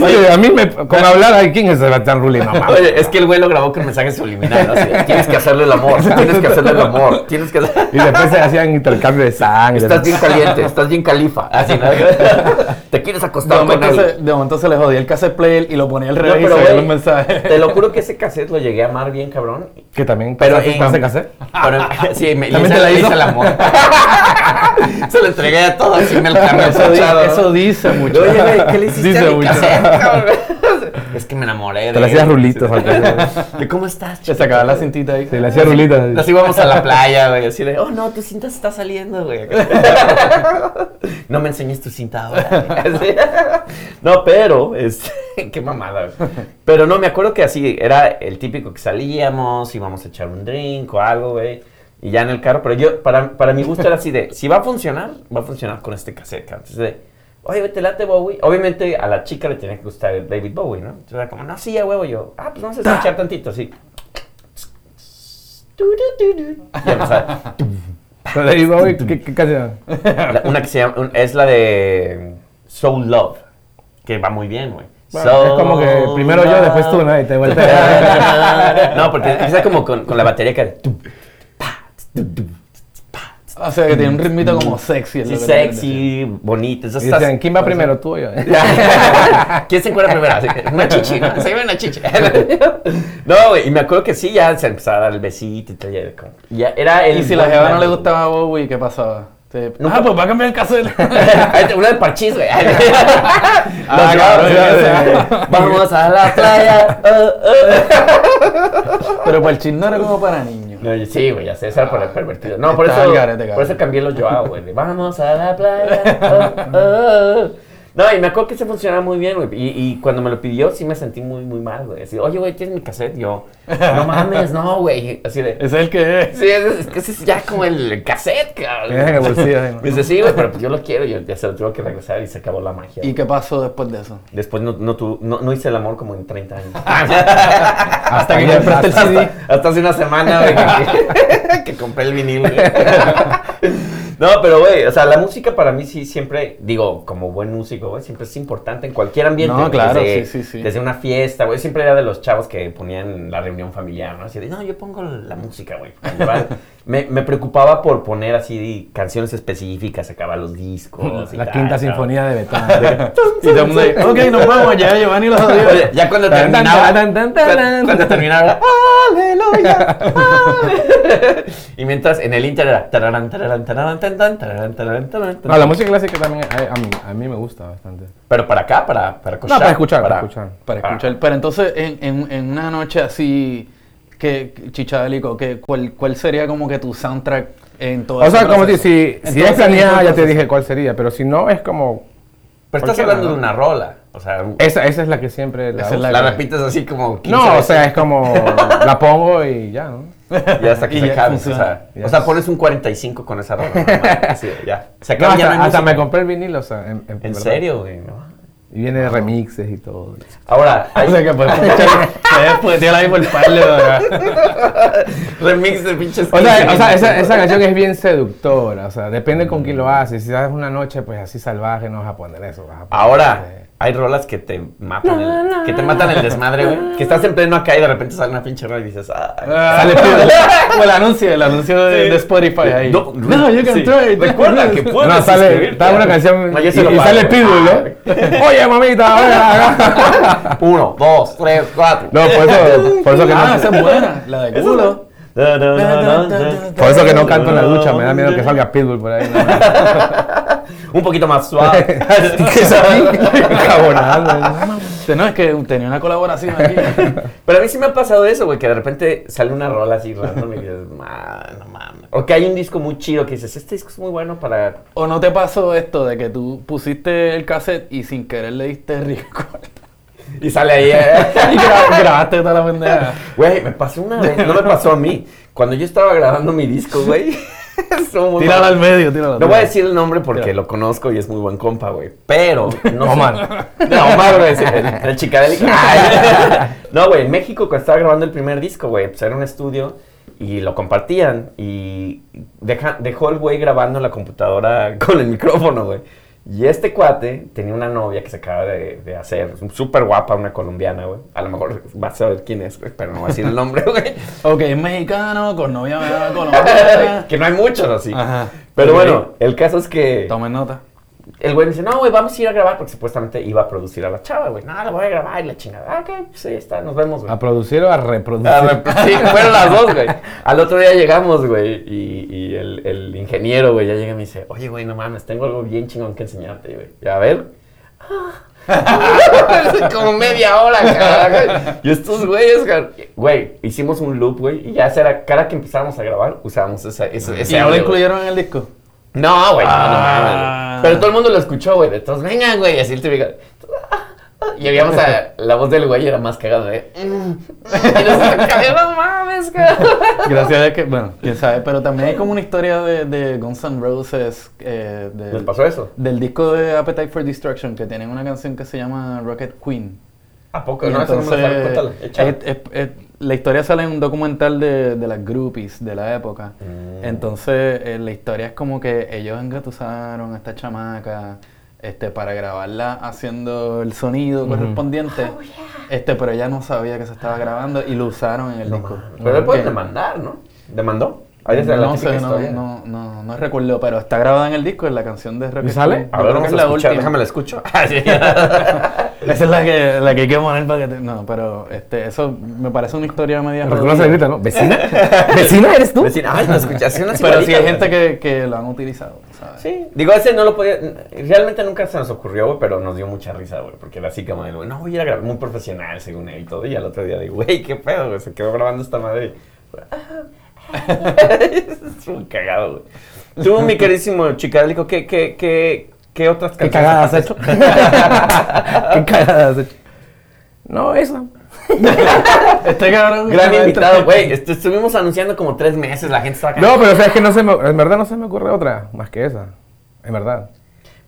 Oye, a mí me, con hablar, ay, ¿quién es Sebastián Rulli? No mames.
Ah, Oye, es que el güey lo grabó con mensaje subliminal, ¿no? Así de, tienes que hacerle el amor, tienes que hacerle el amor, tienes que hacer-
Y después se hacían intercambio de sangre.
Estás bien caliente, estás bien califa. Así, ¿no? Te quieres
De
acostar con
momento,
él.
se, de momento se le jodía el cassette player y lo ponía al revés
No, pero,
y se veía
güey,
los mensajes.
Te lo juro que ese cassette lo llegué a amar bien, cabrón.
Que también
Pero
pasaste-
en-
pasaste casé.
Pero, sí, me, le
¿También
hice,
te la
le hice
hizo?
el amor. Se lo entregué a todo así en el camión.
Eso, di-
echado, ¿no?
eso dice mucho.
Oye, güey, ¿qué le hiciste
Dice
a mi
mucho.
cassette, cabrón? Es que me enamoré de
Te le hacías
él.
rulitos al cassette.
¿De cómo estás,
Le
chico?
sacaba la cintita ahí.
Se le hacía rulitas. así.
Nos íbamos a la playa, güey, así de, oh no, tu cinta se está saliendo, güey. no me enseñes tu cinta ahora. güey. Así. no, pero, este, qué mamada. güey. Pero no, me acuerdo que así era el típico que salíamos, íbamos a echar un drink o algo, güey. Y ya en el carro, pero yo, para, para mi gusto era así de, si va a funcionar, va a funcionar con este cassette. cabrón. Entonces de, oye, vete, late Bowie. Obviamente a la chica le tenía que gustar el David Bowie, ¿no? Entonces era como, no, sí, a huevo. Yo, ah, pues vamos a escuchar tantito, sí. Tu, tu, tu, tu. Ya empezaba.
Pero ahí va, güey, ¿qué, qué canción?
La- una que se llama, un- es la de Soul Love, que va muy bien, güey.
Bueno, es
Soul
como que primero yo, después tú, ¿no? Y te volteas.
No, porque empieza como con, con la batería que... tum, pa, tum, tum.
O sea, que tiene un ritmito como sexy. es
Sí,
lo que te quieren decir.
sexy, bonito.
Y decían, ¿quién va primero, tú o yo?
¿Quién se encuentra primero? Así que, Una chichi, ¿no? Se ve una chichi. No, güey, y me acuerdo que sí, ya se empezaba a dar el besito y tal. Ya, era como- ya era el
Y si la jeva no le
gustaba
gustaba a Bowie, ¿qué pasaba? Te-
Nunca-
Ah, pues va a cambiar el cassette.
Ahí te- Una de parchís, güey.
Ah,
Los
claro,
dos,
ya,
güey,
ya.
o sea, Vamos a la playa. oh, oh.
Pero para el pues chisme no era como para niños.
No, yo- sí, güey, a César por el pervertido. No, por
Está
eso,
al garete, cabrón.
por eso cambié los Joao, güey. de, Vamos a la playa. oh, oh, oh". No, y me acuerdo que se funcionaba muy bien, güey. Y, y cuando me lo pidió, sí me sentí muy, muy mal, güey. Así, oye, güey, ¿tienes mi cassette? Yo, no mames, no, güey. Así de.
Ese es el que es.
Sí, es, es que ese es ya como el cassette, cabrón.
Tienes en el bolsillo,
Me dice, sí, güey, pero pues yo lo quiero. Yo ya se lo tengo que regresar y se acabó la magia.
¿Y qué pasó después de eso?
Después no, no, tu- no, no hice el amor como en 30 años.
Hasta
que
ahí
compraste el
hasta-
CD. Hasta hace una semana, güey, que, que compré el vinil. güey. No, pero, güey, o sea, la música para mí sí siempre, digo, como buen músico, güey, siempre es importante en cualquier ambiente.
No,
güey,
claro,
desde,
sí, sí, sí.
Desde una fiesta, güey, siempre era de los chavos que ponían la reunión familiar, ¿no? Así de, no, yo pongo la música, güey. porque igual Me, me preocupaba por poner así canciones específicas, sacaba los discos. y
La
tal,
quinta
¿no?
sinfonía de Beethoven.
Y todo el mundo ahí, ok, nos vamos ya, Giovanni los
Oye,
adiós.
ya cuando
Tan,
terminaba,
tan, tan, tan, tan.
cuando, cuando terminaba, era, aleluya, ¡Aleluya! y mientras en el Inter era, tararán, tararán, tararán, tan, tan, tararán, tararán, tararán, tan.
No, la música clásica también a, a mí, a mí me gusta bastante.
pero para acá, para, para
No, para escuchar, para escuchar.
Para escuchar. Pero entonces, en, en- en una noche así, que chichadélico, que, ¿cuál, ¿cuál sería como que tu soundtrack en todo
O sea,
Oh, ese
como te,
proceso?
si, si
Entonces,
es planeada, ya te
entonces-
dije cuál sería, pero si no, es como.
Pero estás
Cualquiera,
hablando de una
¿no?
rola, o sea,
Esa, esa es la que siempre la,
Esa es
uso.
la,
la-
repites así como 15
No, o
veces
sea, es como. la pongo y ya, ¿no?
y hasta que
y
se
ya
acabe, o
funciona.
sea,
Ya.
o sea, pones un 45 con esa rola, ¿no? así, ya, se
No,
acaba, ya no
hasta,
hay música.
hasta me compré el vinilo, o sea. En, en-
en
verdad.
serio, güey, no.
Y viene remixes y todo.
Ahora, hay
O sea, que
pues,
puedes escuchar. puedes putear ahí por el palo, ¿verdad?
remix de pinches.
O sea,
15
o sea, esa,
minutos.
esa canción es bien seductora, o sea, depende con quién lo haces. Si haces una noche, pues así salvaje, no vas a poner eso. vas a poner,
Ahora,
eh,
hay rolas que te matan el, que te matan el desmadre, güey. Que estás en pleno acá y de repente sale una pinche rola y dices, ah.
Sale pedo. Como el anuncio, el anuncio de,
Sí.
de Spotify ahí.
No,
yo
sí. Recuerda que puedes
No, sale,
escribir,
está
ya.
una canción
No,
y,
yo se lo
y
pago, Ah.
sale
güey.
Pitbull, ¿no? Oye, mamita, venga acá.
Uno, dos, tres, cuatro.
No, por eso, por eso que
Ah, esa
no,
es buena, la de culo.
por eso que no canto en la ducha, me da miedo que salga Pitbull por ahí. ¿no?
Un poquito más suave.
¿Qué es aquí? Cabonado, ¿no?
No, es que tenía una colaboración aquí.
Pero a mí sí me ha pasado eso, güey, que de repente sale una rola así random y dices, "Ma, no mames. O que hay un disco muy chido que dices, este disco es muy bueno para.
¿O no te pasó esto de que tú pusiste el cassette y sin querer le diste record?
Y sale ahí. eh.
y gra- grabaste toda la pendeja.
Güey, me pasó una vez, no me pasó a mí. Cuando yo estaba grabando mi disco, güey. estuvo muy
Tírala
mal.
al medio, tírala.
No voy a
tírala.
decir el nombre porque
Tira.
lo conozco y es muy buen compa, güey. Pero, no sé-
Omar.
No, Omar, güey. sí, El, el chicadélico. Ay. No, güey, en México cuando estaba grabando el primer disco, güey, pues era un estudio y lo compartían y deja- dejó el güey grabando en la computadora con el micrófono, güey. Y este cuate tenía una novia que se acaba de, de hacer, súper guapa, una colombiana, güey. A lo mejor vas a ver quién es, güey, pero no voy a decir el nombre, güey.
Ok, es mexicano, con novia me colombiana.
que no hay muchos así.
Ajá.
Pero
Ok.
bueno, el caso es que...
Tomen nota.
El güey me dice, no, güey, vamos a ir a grabar porque supuestamente iba a producir a la chava, güey. No, la voy a grabar y la chingada. Ah, ok, pues ahí está, nos vemos, güey.
¿A producir o a reproducir?
Ah, güey, Sí, fueron las dos, güey. Al otro día llegamos, güey, y, y el, el ingeniero, güey, ya llega y me dice, oye, güey, no mames, tengo algo bien chingón que enseñarte, güey. Y a ver. Ah. Como media hora, carajo. Y estos güeyes, car- güey, hicimos un loop, güey, y ya esa era, cada que empezábamos a grabar, usábamos esa, ese,
¿Y
ese
no lo
audio, güey.
incluyeron en el disco?
No, güey, no, no mames.
Ah.
güey. Pero todo el mundo lo escuchó, güey. Entonces, vengan, güey, así el típico. Y oíamos a la voz del güey y era más cagada de. "Mm, mm", Y nos cagaba, no mames, cabrón.
Gracias a que, bueno, quién sabe, pero también hay como una historia de, de Guns N' Roses, eh, de-
¿Les pasó eso?
del disco de Appetite for Destruction, que tienen una canción que se llama Rocket Queen.
¿A poco?
Y
No, eso no me lo sabía.
entonces, eh,
Cuéntalo, échalo.
es- es- es- la historia sale en un documental de, de las groupies de la época.
Mm.
Entonces, eh, la historia es como que ellos engatusaron a esta chamaca este, para grabarla haciendo el sonido correspondiente. este, pero ella no sabía que se estaba grabando y lo usaron en el disco.
Pero él puede
Que-
demandar, ¿no? ¿Demandó? Ahí está la
no
típica
sé, no,
historia.
no, no, no recuerdo, pero está grabada en el disco, en la canción de Rocket
¿Y sale?
Queen.
A ver,
Yo creo que
vamos
es
a
la
escuchar.
última.
Déjame la escucho. Ah, sí. Pero
Esa es la que, la que hay que poner para que te... No, pero este, eso me parece una historia media...
Porque no se
jodida.
grita, ¿no? ¿Vecina? ¿Vecina eres tú?
sí, Ay, no escuchas. sí, unas
Pero sí hay
igualitas,
gente
güey.
que, que lo han utilizado, ¿sabes?
Sí, digo, ese no lo podía. Realmente nunca se nos ocurrió, güey, pero nos dio mucha risa, güey. Porque era así como de, güey, no voy a ir a grabar muy profesional, según él y todo. Y al otro día, de, güey, qué pedo, güey, se quedó grabando esta madre. y, "Ah, es un cagado, güey. Tú, mi querísimo chicadélico, ¿qué, qué, qué, qué otras
¿Qué
canciones
cagadas has hecho? ¿Qué cagadas has hecho? No, eso.
Este cabrón.
Gran invitado, güey. Est- Estuvimos anunciando como tres meses, la gente estaba
No, pero o sea, es que no se me, en verdad no se me ocurre otra más que esa. En verdad.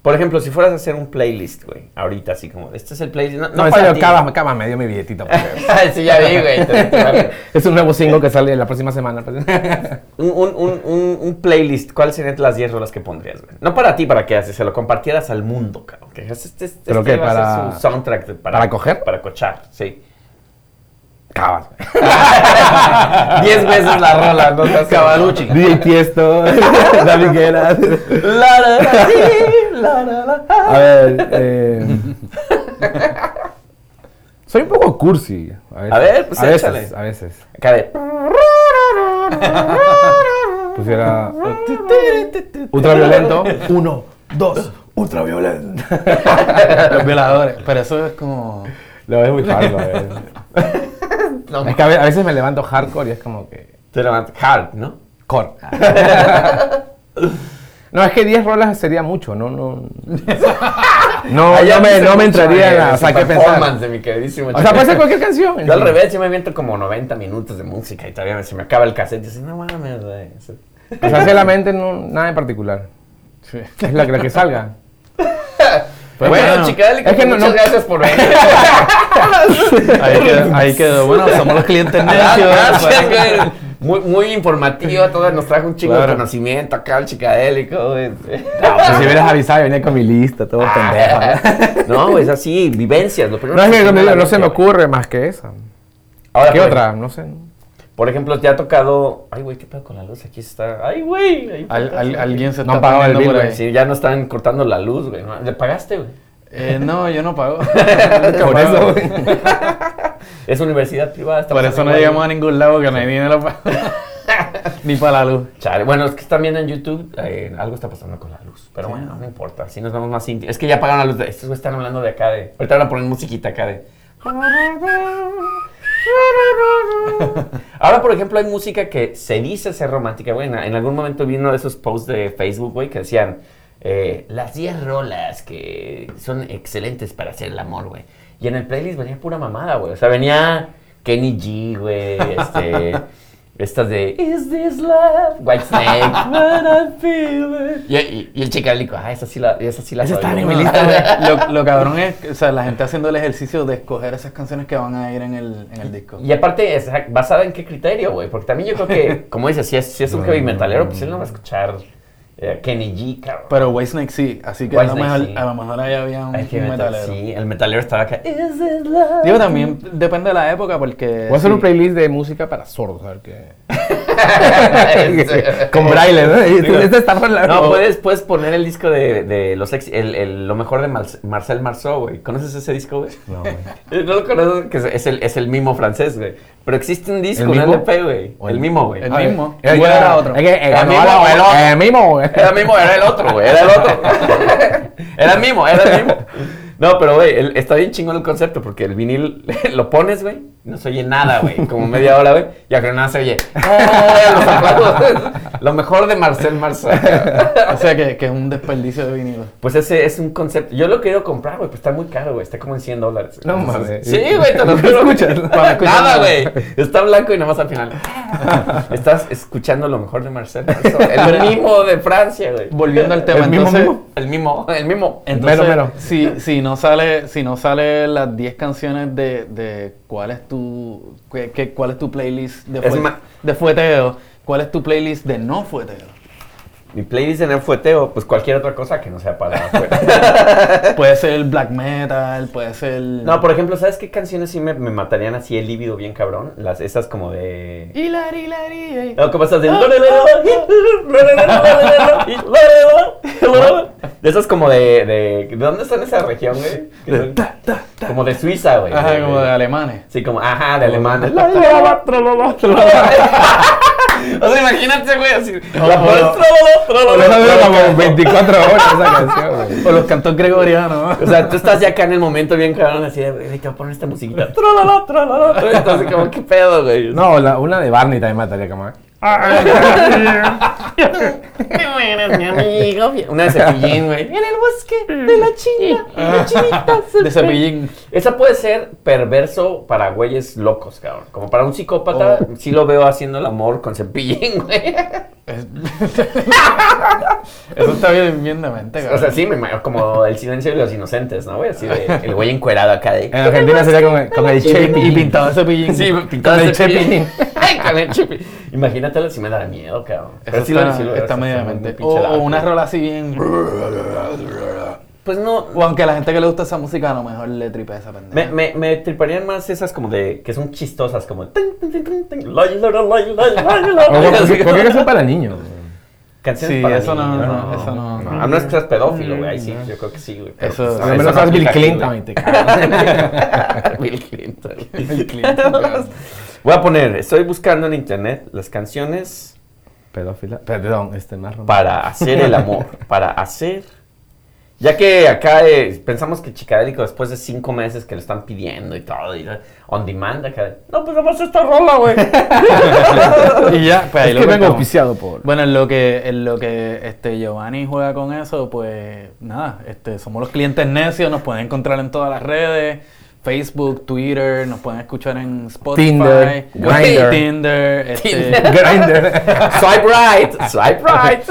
Por ejemplo, si fueras a hacer un playlist, güey, ahorita así como, este es el playlist. No, no,
No, en
para
serio,
ti.
Cabas, Cabas me dio mi billetito. pues. porque-
sí, ya vi, güey. Entonces, vale.
es un nuevo single que sale la próxima semana. pues.
Un, un- un- un- un playlist, ¿cuáles serían las 10 rolas que pondrías, güey? No para ti, para que se lo compartieras al mundo, cabrón. Que este, este, este
¿Pero qué,
va a ser
para-
su soundtrack. de-
para coger?
Para cochar, sí.
Cabas.
10 veces la rola, no seas
Cabaluchi.
DJ Tiesto, David Guerra.
La, la, la, sí, la, la, la.
A ver, eh, soy un poco cursi. A, veces.
A ver, pues
a veces,
échale.
a veces.
Acá de-
Pusiera Pues ultraviolento. Uno, dos, ultraviolento.
Los violadores. Pero eso es como.
Lo ves muy hardcore. a veces.
No,
Es que a ve- a veces me levanto hardcore y es como que.
te levantas. Hard, ¿no?
Core. No, es que 10 rolas sería mucho, no, no. No,
Allá
no me,
dice
no me
mucho
entraría
de
en la.
su
O sea, ¿qué
eh, performance
pensar?
de mi queridísimo
O sea,
chico.
puede ser cualquier canción.
Yo al revés, yo me aviento como 90 minutos de música y todavía se me acaba el cassette y dices, no mames, güey.
Pues O sea, sinceramente, no, nada en particular.
Sí.
Es la, la que salga.
Pues bueno,
bueno,
Chicadélico,
es que no-
muchas
no-
gracias por venir.
Ahí quedó, ahí quedó. Bueno, somos los clientes necios.
Ah, gracias,
Pues,
güey. Muy, muy informativo, todo, nos trajo un chingo de
Claro.
conocimiento acá el Chicadélico, güey.
No, pues si hubieras avisado, venía con mi lista, todo pendejo.
No, güey, es así, vivencias. Lo primero
No, es que
se
como
viene a
digo,
la
no se me
mente, güey.
ocurre más que esa.
Ahora,
¿Qué
por-
otra? No sé.
Por ejemplo, te ha tocado. Ay, güey, qué pedo con la luz. Aquí está. Ay, güey. ahí
Al-
está.
al- alguien se está
No han pagado el
poniendo
bill,
por
güey.
ahí.
Sí, ya no están cortando la luz, güey. ¿no? ¿Le pagaste, güey?
Eh, no, yo no pago.
Por eso, güey.
Es universidad privada. estamos
Por eso
en
no
Hawái.
llegamos a ningún lado que no hay dinero para. Ni para la luz.
Chale, bueno, es que están viendo en YouTube, eh, algo está pasando con la luz. Pero bueno, no importa, así nos vamos más íntimos. Es que ya apagaron la luz. de- Estos güey están hablando de acá de... Ahorita van a poner musiquita acá de... Ahora, por ejemplo, hay música que se dice ser romántica. Bueno, en algún momento vi uno de esos posts de Facebook, güey, que decían... eh, las 10 rolas que son excelentes para hacer el amor, güey. Y en el playlist venía pura mamada, güey. O sea, venía Kenny G, güey, este... Estas de Is this love? White Snake. When I feel it. Y, y- y el chicadélico, ah, esa sí la, esa sí la
Esa
soy,
está en
güey".
mi lista.
Lo, lo cabrón es, o sea, la gente haciendo el ejercicio de escoger esas canciones que van a ir en el, en el disco.
Y aparte, es, ¿basada en qué criterio, güey? Porque también yo creo que, como dices, si es, si es un heavy metalero, pues él no va a escuchar eh, Kenny G, cabrón.
Pero White Snake sí, así que a lo,
Whitesnake
mejor,
sí.
a lo mejor ahí había un,
Hay que
un
metal-
metalero.
Sí, el metalero estaba acá. Is this love?
Digo, también depende de la época porque...
Voy a hacer un
sí.
playlist de música para sordos, a ver qué.
Este-
Con braille, ¿no?
Digo,
Este está por la-
No, puedes, puedes poner el disco de, de los ex, el, el- lo mejor de Mar- Marcel Marceau, güey. ¿Conoces ese disco, güey?
No, güey.
Eh, No lo conozco, que es- es el, es el mimo francés, güey. Pero existe un disco,
¿El
un
mimo?
LP, güey.
¿O
El
el-
mimo, güey.
el
Ah,
mismo.
Eh,
Igual era
eh,
otro.
Es que, eh,
Era
no,
mismo
no,
o el
no,
otro.
eh, mismo, güey.
Era el mimo, era el otro, güey. Era el otro. Era el mimo, era el mimo. No, pero, güey, el- está bien chingón el concepto porque el vinil lo pones, güey. No se oye nada, güey. Como media hora, güey. Y al final nada se oye. ¡Ah, los aplausos! Lo mejor de Marcel Marceau.
O sea, que, que es un desperdicio de vinilo.
Pues ese es un concepto. Yo lo he querido comprar, güey, pues está muy caro, güey. Está como en 100 dólares.
No
Entonces,
mames.
Sí, güey, te lo
No
juro.
escuchas, no escuchas
Nada,
nada.
güey. Está blanco y nada más al final. Estás escuchando lo mejor de Marcel. Marceau, El mimo de Francia, güey.
Volviendo al tema,
¿El mismo
entonces...
mismo?
El mimo, el mimo.
Entonces,
Mero, mero.
Si, si no sale, si no sale las 10 canciones de, de cuál es tu qué- qué- cuál es tu playlist de,
Es
fue-
ma-
de fueteo, cuál es tu playlist de no fueteo.
Mi playlist en el fueteo, pues cualquier otra cosa que no sea para afuera.
Puede ser black metal, puede ser
No, por ejemplo, ¿sabes qué canciones sí me, me matarían así el líbido bien cabrón? Las, esas como de...
Hilari, hilari, eh.
No, ¿qué pasa? De... de esas como de, de... ¿De dónde están esa región, güey? Que son- Como de Suiza, güey.
Ajá, como de alemanes.
Sí, como, ajá, de Alemania. o sea, imagínate, güey, así. La
no,
pones,
no.
trololo,
Pero
trololo.
esa dura como 24 horas esa canción, güey.
O los cantos gregorianos.
O sea, tú estás ya acá en el momento bien cabrón, así de, güey, te voy a poner esta musiquita. Trololo, trololo, trololo. Entonces, como, ¿qué pedo, güey?
No, la- una de Barney también mataría como. ¿eh?
Ah,
eres mi amigo. Una de cepillín, güey. En el bosque de la China. La chinita se
De cepillín.
Esa puede ser perverso para güeyes locos, cabrón. Como para un psicópata,
Oh.
sí lo veo haciendo el amor con cepillín, güey.
Es- Eso está bien, bien demente,
O
cabrón.
sea, sí, me imagino como el silencio de los inocentes, ¿no, güey? Así de el güey encuerado acá de...
En Argentina sería con, el- con el
Y- y,
Chapin.
pintado de cepillín.
Sí, pintado
Con
de
el
cepillín.
cepillín.
Ay, con el cepillín. Imagínatelo si me dará miedo, cabrón.
Eso
sí lo-
está,
sí lo veo,
está
sí,
medio
muy
demente. O,
pinche
o
dark,
una
güey.
rola así bien...
Pues no,
O aunque a la gente que le gusta esa música, a lo mejor le tripea esa pendeja.
Me, me, me triparían más esas como de. que son chistosas, como. tin, tin, tin, tin, tin, la, la, la, la, la, la, la.
O, ¿Por qué- por qué canción para niños?
Canciones
Sí,
para
eso no,
niños,
no, eso no, no.
A menos que seas pedófilo, güey. Ahí sí, yo creo que sí, güey. pero,
Eso-
pues,
Al menos
no
haz Bill
aplica aquí,
Clinton
güey.
y te cagas.
Bill Clinton.
Bill Clinton, cabrón.
Voy a poner, estoy buscando en internet las canciones
Pedófila. Perdón, este más romántico.
para hacer el amor. para hacer. Ya que acá eh, pensamos que Chicadélico después de cinco meses que lo están pidiendo y todo, y on demand acá. No, pues nomás esta rola, güey.
y ya, pues ahí
Es
lo
que vengo
cortamos.
auspiciado por.
Bueno, en lo que, en lo que este Giovanni juega con eso, pues nada, este, somos los clientes necios, nos pueden encontrar en todas las redes, Facebook, Twitter, nos pueden escuchar en Spotify,
Tinder,
Güey,
Grindr.
Tinder, este,
Tinder.
Grindr.
Swipe right, swipe right.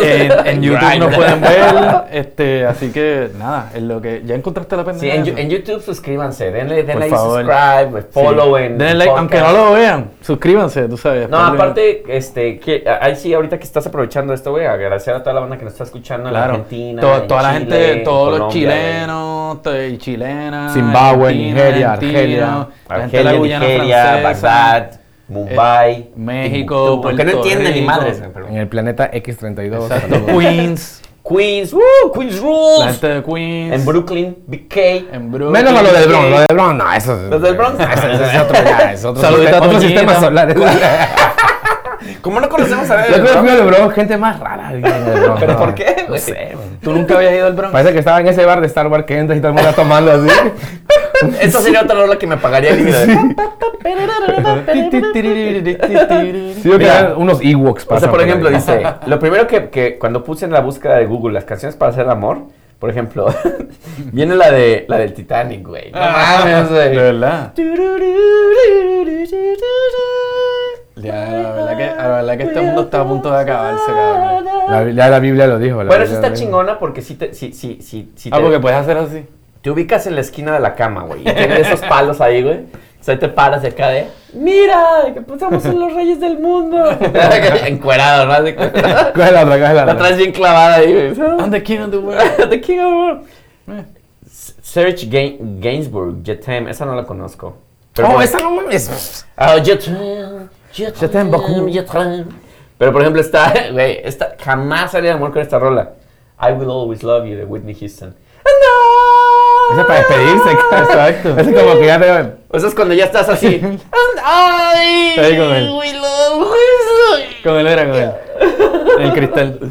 en, en YouTube nos
Grindr.
pueden ver, este, así que nada, en lo que ya encontraste la
Sí,
pendeja.
en,
esa?
Yu- en YouTube suscríbanse, denle,
Por
denle ahí
favor.
subscribe, pues,
Sí.
follow en
Denle like,
podcast.
aunque no lo vean, suscríbanse, tú sabes.
No,
ponle-
aparte, este, que, a- ahí sí, ahorita que estás aprovechando esto, güey, agradecer a toda la banda que nos está escuchando en
Claro.
Argentina,
To-
en
toda la
Chile,
gente,
en
todos los
Colombia, güey.
chilenos, to- y chilenas, argentinas,
Zimbabue, Nigeria,
argentinos,
Argelia,
la gente de la
Argelia,
Guyana
Nigeria,
francesa. eh,
Bagdad, Mumbai,
México,
Timbuktu, porque no
Puerto
entienden ni
Rico.
madres, güey, pero-
En el planeta X32.
Exacto,
saludos.
Queens,
Queens, woo, Queens
la
rules,
gente de Queens,
en Brooklyn, BK,
en Brooklyn.
Menos a lo del Bronx. Lo del Bronx, no, eso es.
Los del Bronx.
Eso es, es otro, ya, es otro,
Saludito
sistema-
a
otro
Toñito.
sistema solar. es-
como no conocemos a
Yo
nadie,
creo
¿no?
que el Bronx, gente más rara. que en el Bronx,
¿Pero
no.
por qué? güey?
¿Tú nunca habías ido al Bronx?
Parece que estaba en ese bar de Star Wars que entras y todo el mundo está tomando así.
Esa sería otra rola que me pagaría el dinero.
Sí, yo
Mira.
creo que unos Ewoks
O sea,
pasan
por ejemplo,
ahí.
dice, lo primero que, que cuando puse en la búsqueda de Google las canciones para hacer amor, por ejemplo, viene la de la del Titanic, güey. No
Ah,
mames,
de
güey.
verdad. Ya, la verdad que, la verdad que este mundo está a punto de acabarse, cabrón.
La, ya la Biblia lo dijo. la
Bueno, eso
Biblia
está
lo dijo.
chingona porque si te, si, si, si, si te,
Ah, porque puedes hacer así.
te ubicas en la esquina de la cama, güey, y tienes esos palos ahí, güey. O sea, ahí te paras de acá de, mira, que pasamos en los reyes del mundo. Encuerado, ¿no? Así que-
¿Cuál es la otra? ¿Cuál es la
La
otra?
traes bien clavada ahí, güey.
Ah,
I'm the king of the world.
The King of Rock.
Eh.
S- Serge Gain- Gainsbourg, Jetem, esa no la conozco.
Oh,
por-
esa no mames.
Ah, Jetem, Jetem,
Jetem Bakum.
Jetem. Pero por ejemplo, está, güey, esta, jamás haría amor con esta rola. I Will Always Love You de Whitney Houston.
Esa es para despedirse. Exacto. Esa es como que ya te.
O sea, es cuando ya estás así. And I
Ahí con él.
Will Always Love
Con él era, con él. El cristal.
You.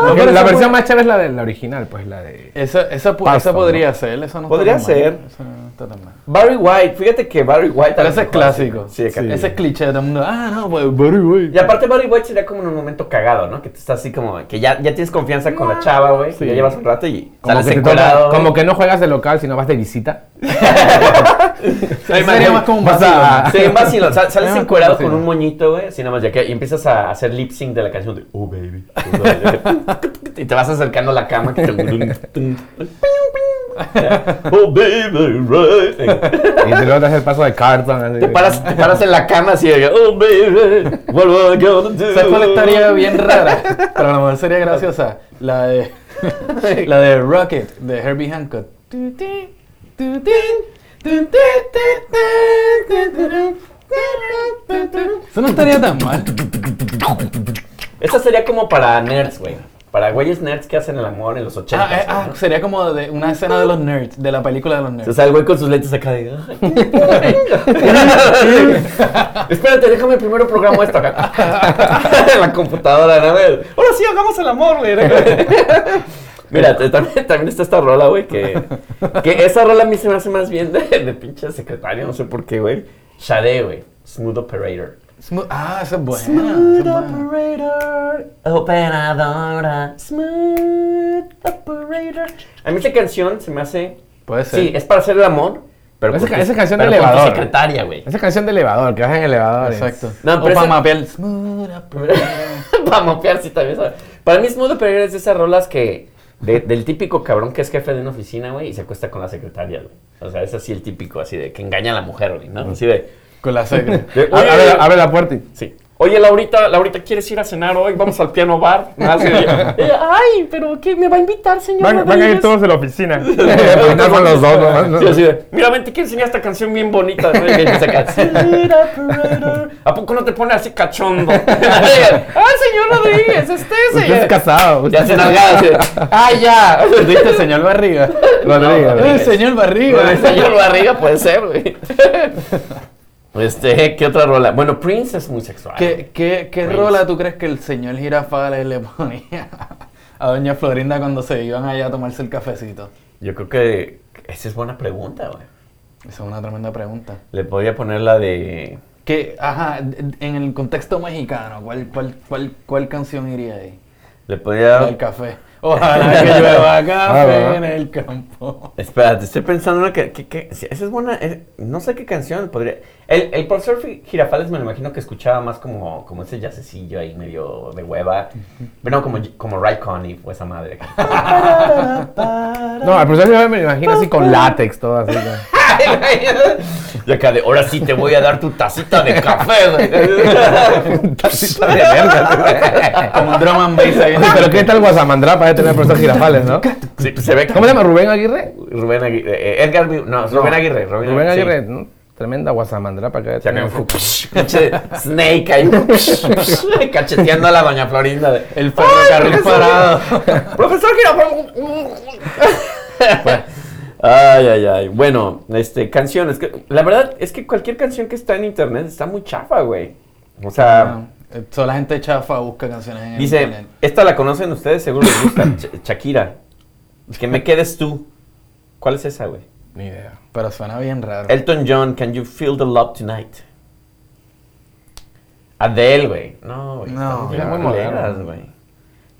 No,
Porque
pero
la
esa
versión
fue-
más chévere es la, de, la original, pues la de.
Esa, esa, pu-
Pasto,
esa podría ser, esa no está
Podría
tan mal.
ser.
Esa no está tan mal.
Barry White, fíjate que Barry White.
Pero ese es clásico.
Sí, acá-
Ese es cliché de todo el mundo. Ah, no, pues Barry White.
Y aparte Barry White sería como en un momento cagado, ¿no? Que tú estás así como, que ya, ya tienes confianza con la chava, güey. que Ya llevas un rato y
Como
sales
que, te
encuerado.
toca-
güey.
como que no juegas de local, sino vas de visita.
Ahí sería más como un
Vas a-
vacilón.
Sí, un vacilo. Sal- sales
Ah,
encuerado
sí.
con un moñito, güey. Así nada más, ya que y empiezas a hacer lip sync de la canción de Oh Baby. oh, baby". y te vas acercando a la cama. Que te... oh Baby, right.
Y te luego te haces el paso de cartón. así.
Te paras, te paras en la cama así, de, oh baby, what am I gonna do?
¿Sabes cuál estaría bien rara? Pero a lo mejor sería graciosa. La de, la de Rocket, de Herbie Hancock. Eso no estaría tan mal.
Esta sería como para nerds, güey. Para güeyes nerds que hacen el amor en los 80.
Ah, eh, ah, sería como de una escena de los nerds, de la película de los
O
nerds.
sea, el güey con sus lentes acá de... "Ah, Espérate, déjame primero programo esto acá. En la computadora, ¿no? Ahora sí, hagamos el amor, güey. Mira, te- también, también está esta rola, güey, que, que esa rola a mí se me hace más bien de, de pinche secretario, no sé por qué, güey. Shade, güey. Smooth Operator.
Smooth- ah, esa es buena.
Smooth
esa es buena.
Operator, operadora, Smooth Operator. A mí esta canción se me hace.
Puede ser.
Sí, es para hacer el amor, pero
Esa
con
ca-
tu-
esa canción de
pero con tu
elevador.
secretaria, güey.
Esa canción de elevador, que vas en elevadores.
Exacto.
No,
o
pero
para
esa-
mapear. Smooth operator.
Para mapear, sí, también. ¿sabes? Para mí, Smooth Operator es de esas rolas que. de- del típico cabrón que es jefe de una oficina, güey, y se acuesta con la secretaria, güey. O sea, es así el típico, así de que engaña a la mujer, güey, ¿no? Así de.
Con la secre.
de,
A-
"Oye, eh,
Abre, la- abre la puerta y.
Sí. Oye, Laurita, Laurita, ¿quieres ir a cenar hoy? Vamos al piano bar. Nada más, y ella, ella, Ay, pero ¿qué? ¿Me va a invitar, señor?
Van, van a ir
Rodríguez?"
todos de la oficina. Van con los dos, nomás, ¿no?
Sí, así de, mira, ven, te quiero enseñar esta canción bien bonita. ¿no? Y empieza acá, "Sweet operator". ¿A poco no te pone así cachondo? ¡Ay, señor Rodríguez, este
Usted es
señor!
casado.
Ya se nalgada, así de,
Ah,
¡Ay, ya!
¿Viste, señor Barriga?
Rodríguez.
No,
Eh,
Rodríguez.
señor Barriga.
Bueno, el señor Barriga puede ser, güey. Este, ¿qué otra rola? Bueno, Prince es muy sexual.
¿Qué, qué, qué
Prince.
rola tú crees que el señor Girafales le ponía a doña Florinda cuando se iban allá a tomarse el cafecito?
Yo creo que esa es buena pregunta, güey.
Esa es una tremenda pregunta.
Le podría poner la de.
Que, ajá, d- en el contexto mexicano, ¿cuál, cuál, cuál, cuál canción iría ahí?
Le podría.
La del café. Ojalá que llueva
Ah,
café en el campo.
Espérate, estoy pensando en una que, que- que- sí, Esa es buena. eh, no sé qué canción podría. El, el profesor Fi- Girafales me lo imagino que escuchaba más como, como ese yacecillo ahí medio de hueva. Pero no, como, como Ray Conniff o esa madre.
No, al profesor Girafales me lo imagino así con látex, todo así. ¿no?
y acá de, ahora sí te voy a dar tu tacita de café, güey.
Tacita de verga.
Como un drum and bass ahí. en el-
Pero qué tal Guasamandrá para tener al profesor Girafales, ¿no? ¿Cómo
Sí, pues se ve
se llama? ¿Rubén Aguirre?
Rubén Aguirre. eh, Edgar. Vi- No, Rubén Aguirre. Rubén,
Rubén
sí.
Aguirre, ¿no? Tremenda Guasamandrá para que
Se acaba
tener
un fu- pues, pinche Snake ahí cacheteando a la doña Florinda. de,
El ferrocarril
"Ay, profesor,
parado.
Profesor Girafales. Ay, ay, ay. Bueno, este, canciones. que- la verdad es que cualquier canción que está en internet está muy chafa, güey. O sea,
Eh, Toda la gente chafa busca canciones en el
dice,
internet.
esta la conocen ustedes, seguro les gusta. Ch- Shakira. Que me quedes tú. ¿Cuál es esa, güey?
Ni idea.
Pero suena bien raro.
Elton John, Can You Feel the Love Tonight? Adele, güey. No, güey.
No,
estamos
era muy
viejas,
moderno.
güey.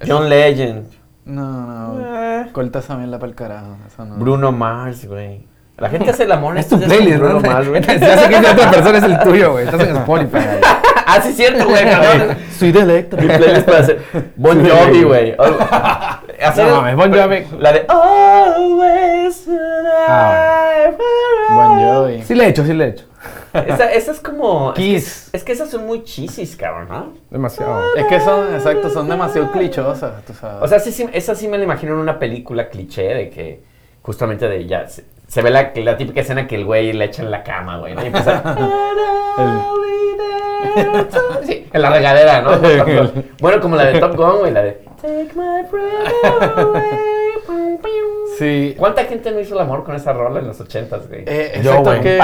John Legend.
No, no.
Eh.
Corta esa mierda para el carajo. Eso no.
Bruno Mars, güey. La gente hace el amor. en
Es tu
estos días con
playlist,
Bruno
¿no?
Mars, güey.
Ya sé que es de otra persona, es el tuyo, güey. Estás en Spotify.
ah, sí, es cierto, güey. cabrón.
Soy de Electra.
Mi playlist para hacer. Bon Jovi, güey. O- hacer-
No mames, Bon Jovi.
La de Always
Ah,
Bon Jovi.
Sí le he hecho, sí le he hecho.
Esa, esa es como.
Kiss.
Es que esas son muy chisis, cabrón, ¿no?
Demasiado.
Es que son, exacto, son demasiado clichosas, tú sabes.
O sea, sí, sí, esa sí me la imagino en una película cliché de que justamente de ya se, se ve la, la típica escena que el güey le echa en la cama, güey, ¿no? Y empieza Sí, en la regadera, ¿no? bueno, como la de Top Gun, güey, la de Take my breath away. pum, pium.
sí.
¿Cuánta gente no hizo el amor con esa rola en los ochentas, güey?
Eh,
Yo,
exacto,
güey.
que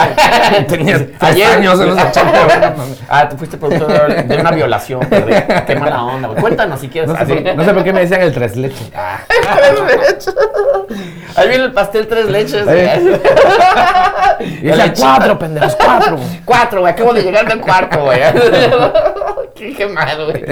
Tenías tres años en los 80, güey, no mames.
Ah, tú fuiste productor de- de una violación, perdí. Qué mala onda, güey. Cuéntanos si quieres.
No sé,
así.
por, no sé por qué me decían el tres leches. Ah,
Ahí viene el pastel tres leches.
Eh.
güey.
y decían cuatro, pendejos, cuatro.
Cuatro, güey. Acabo de llegar del cuarto, güey. Qué quemado, güey.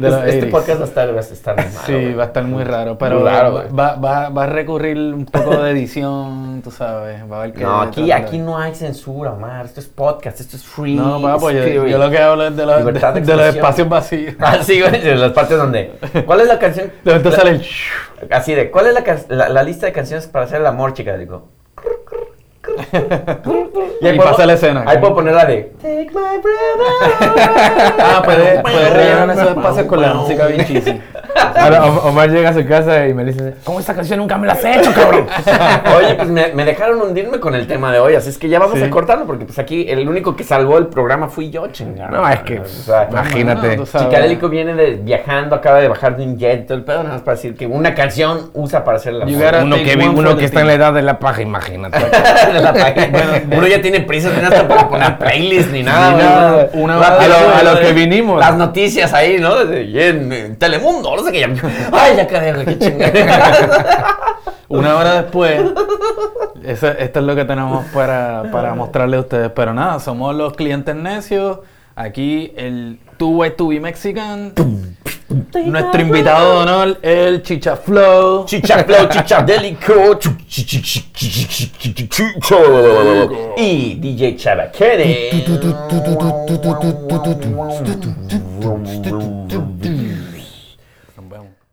los
Este, Este
80s.
podcast va a estar, va a estar muy malo,
sí,
güey.
va a estar muy raro, pero
Muy raro,
va,
güey.
va, va, va a recurrir un poco de edición, tú sabes. Va a haber que
No, aquí, aquí no hay censura, Omar. Esto es podcast, esto es free.
No, papo, yo,
spirit.
yo lo que hablo es de los,
Libertad de
de los
expresión.
espacios vacíos.
Ah, sí, güey, de las partes donde. ¿Cuál es la canción?
De repente
la-
sale el...
Así de, ¿cuál es la, can- la, la lista de canciones para hacer el amor, chica? Digo.
Y ahí
puedo-
pasa la escena.
Ahí
¿no?
puedo poner la de.
Ah, puedes, puedes rellenar esos espacios con la música bien cheesy.
Ahora O- Omar llega a su casa y me dice, ¿cómo esta canción nunca me la has hecho, cabrón?
Oye, pues me, me dejaron hundirme con el tema de hoy, así es que ya vamos
Sí.
a cortarlo, porque pues aquí el único que salvó el programa fui yo, chingada.
No, es que,
O sea,
imagínate.
No, tú sabes.
Chicadélico viene de, viajando, acaba de bajar de un jet, todo el pedo, nada más para decir que una canción usa para hacer la
You
música.
gotta
Uno que,
take
vi-
one
uno
for
que
the
está en la
team.
edad de la paja, imagínate.
de la página. Uno ya tiene prisa, tiene hasta para poner playlist ni nada.
Ni
güey.
nada, una hora
a,
de-
lo, a lo
de-
que vinimos. Las noticias ahí, ¿no? Desde- y en, en Telemundo, no sé qué. ya- Ay, ya cae, qué chingada.
Una hora después, eso- esto es lo que tenemos para, para mostrarle a ustedes. Pero nada, somos los clientes necios. Aquí el 2Y2B Mexican. Nuestro invitado de honor, el Chicha Flow.
Chicha flow, chicha delico, chu- chi- chi- chi- chi- chi- chi- chi- chi- chicho. y DJ Chavaquere.
Nos vemos.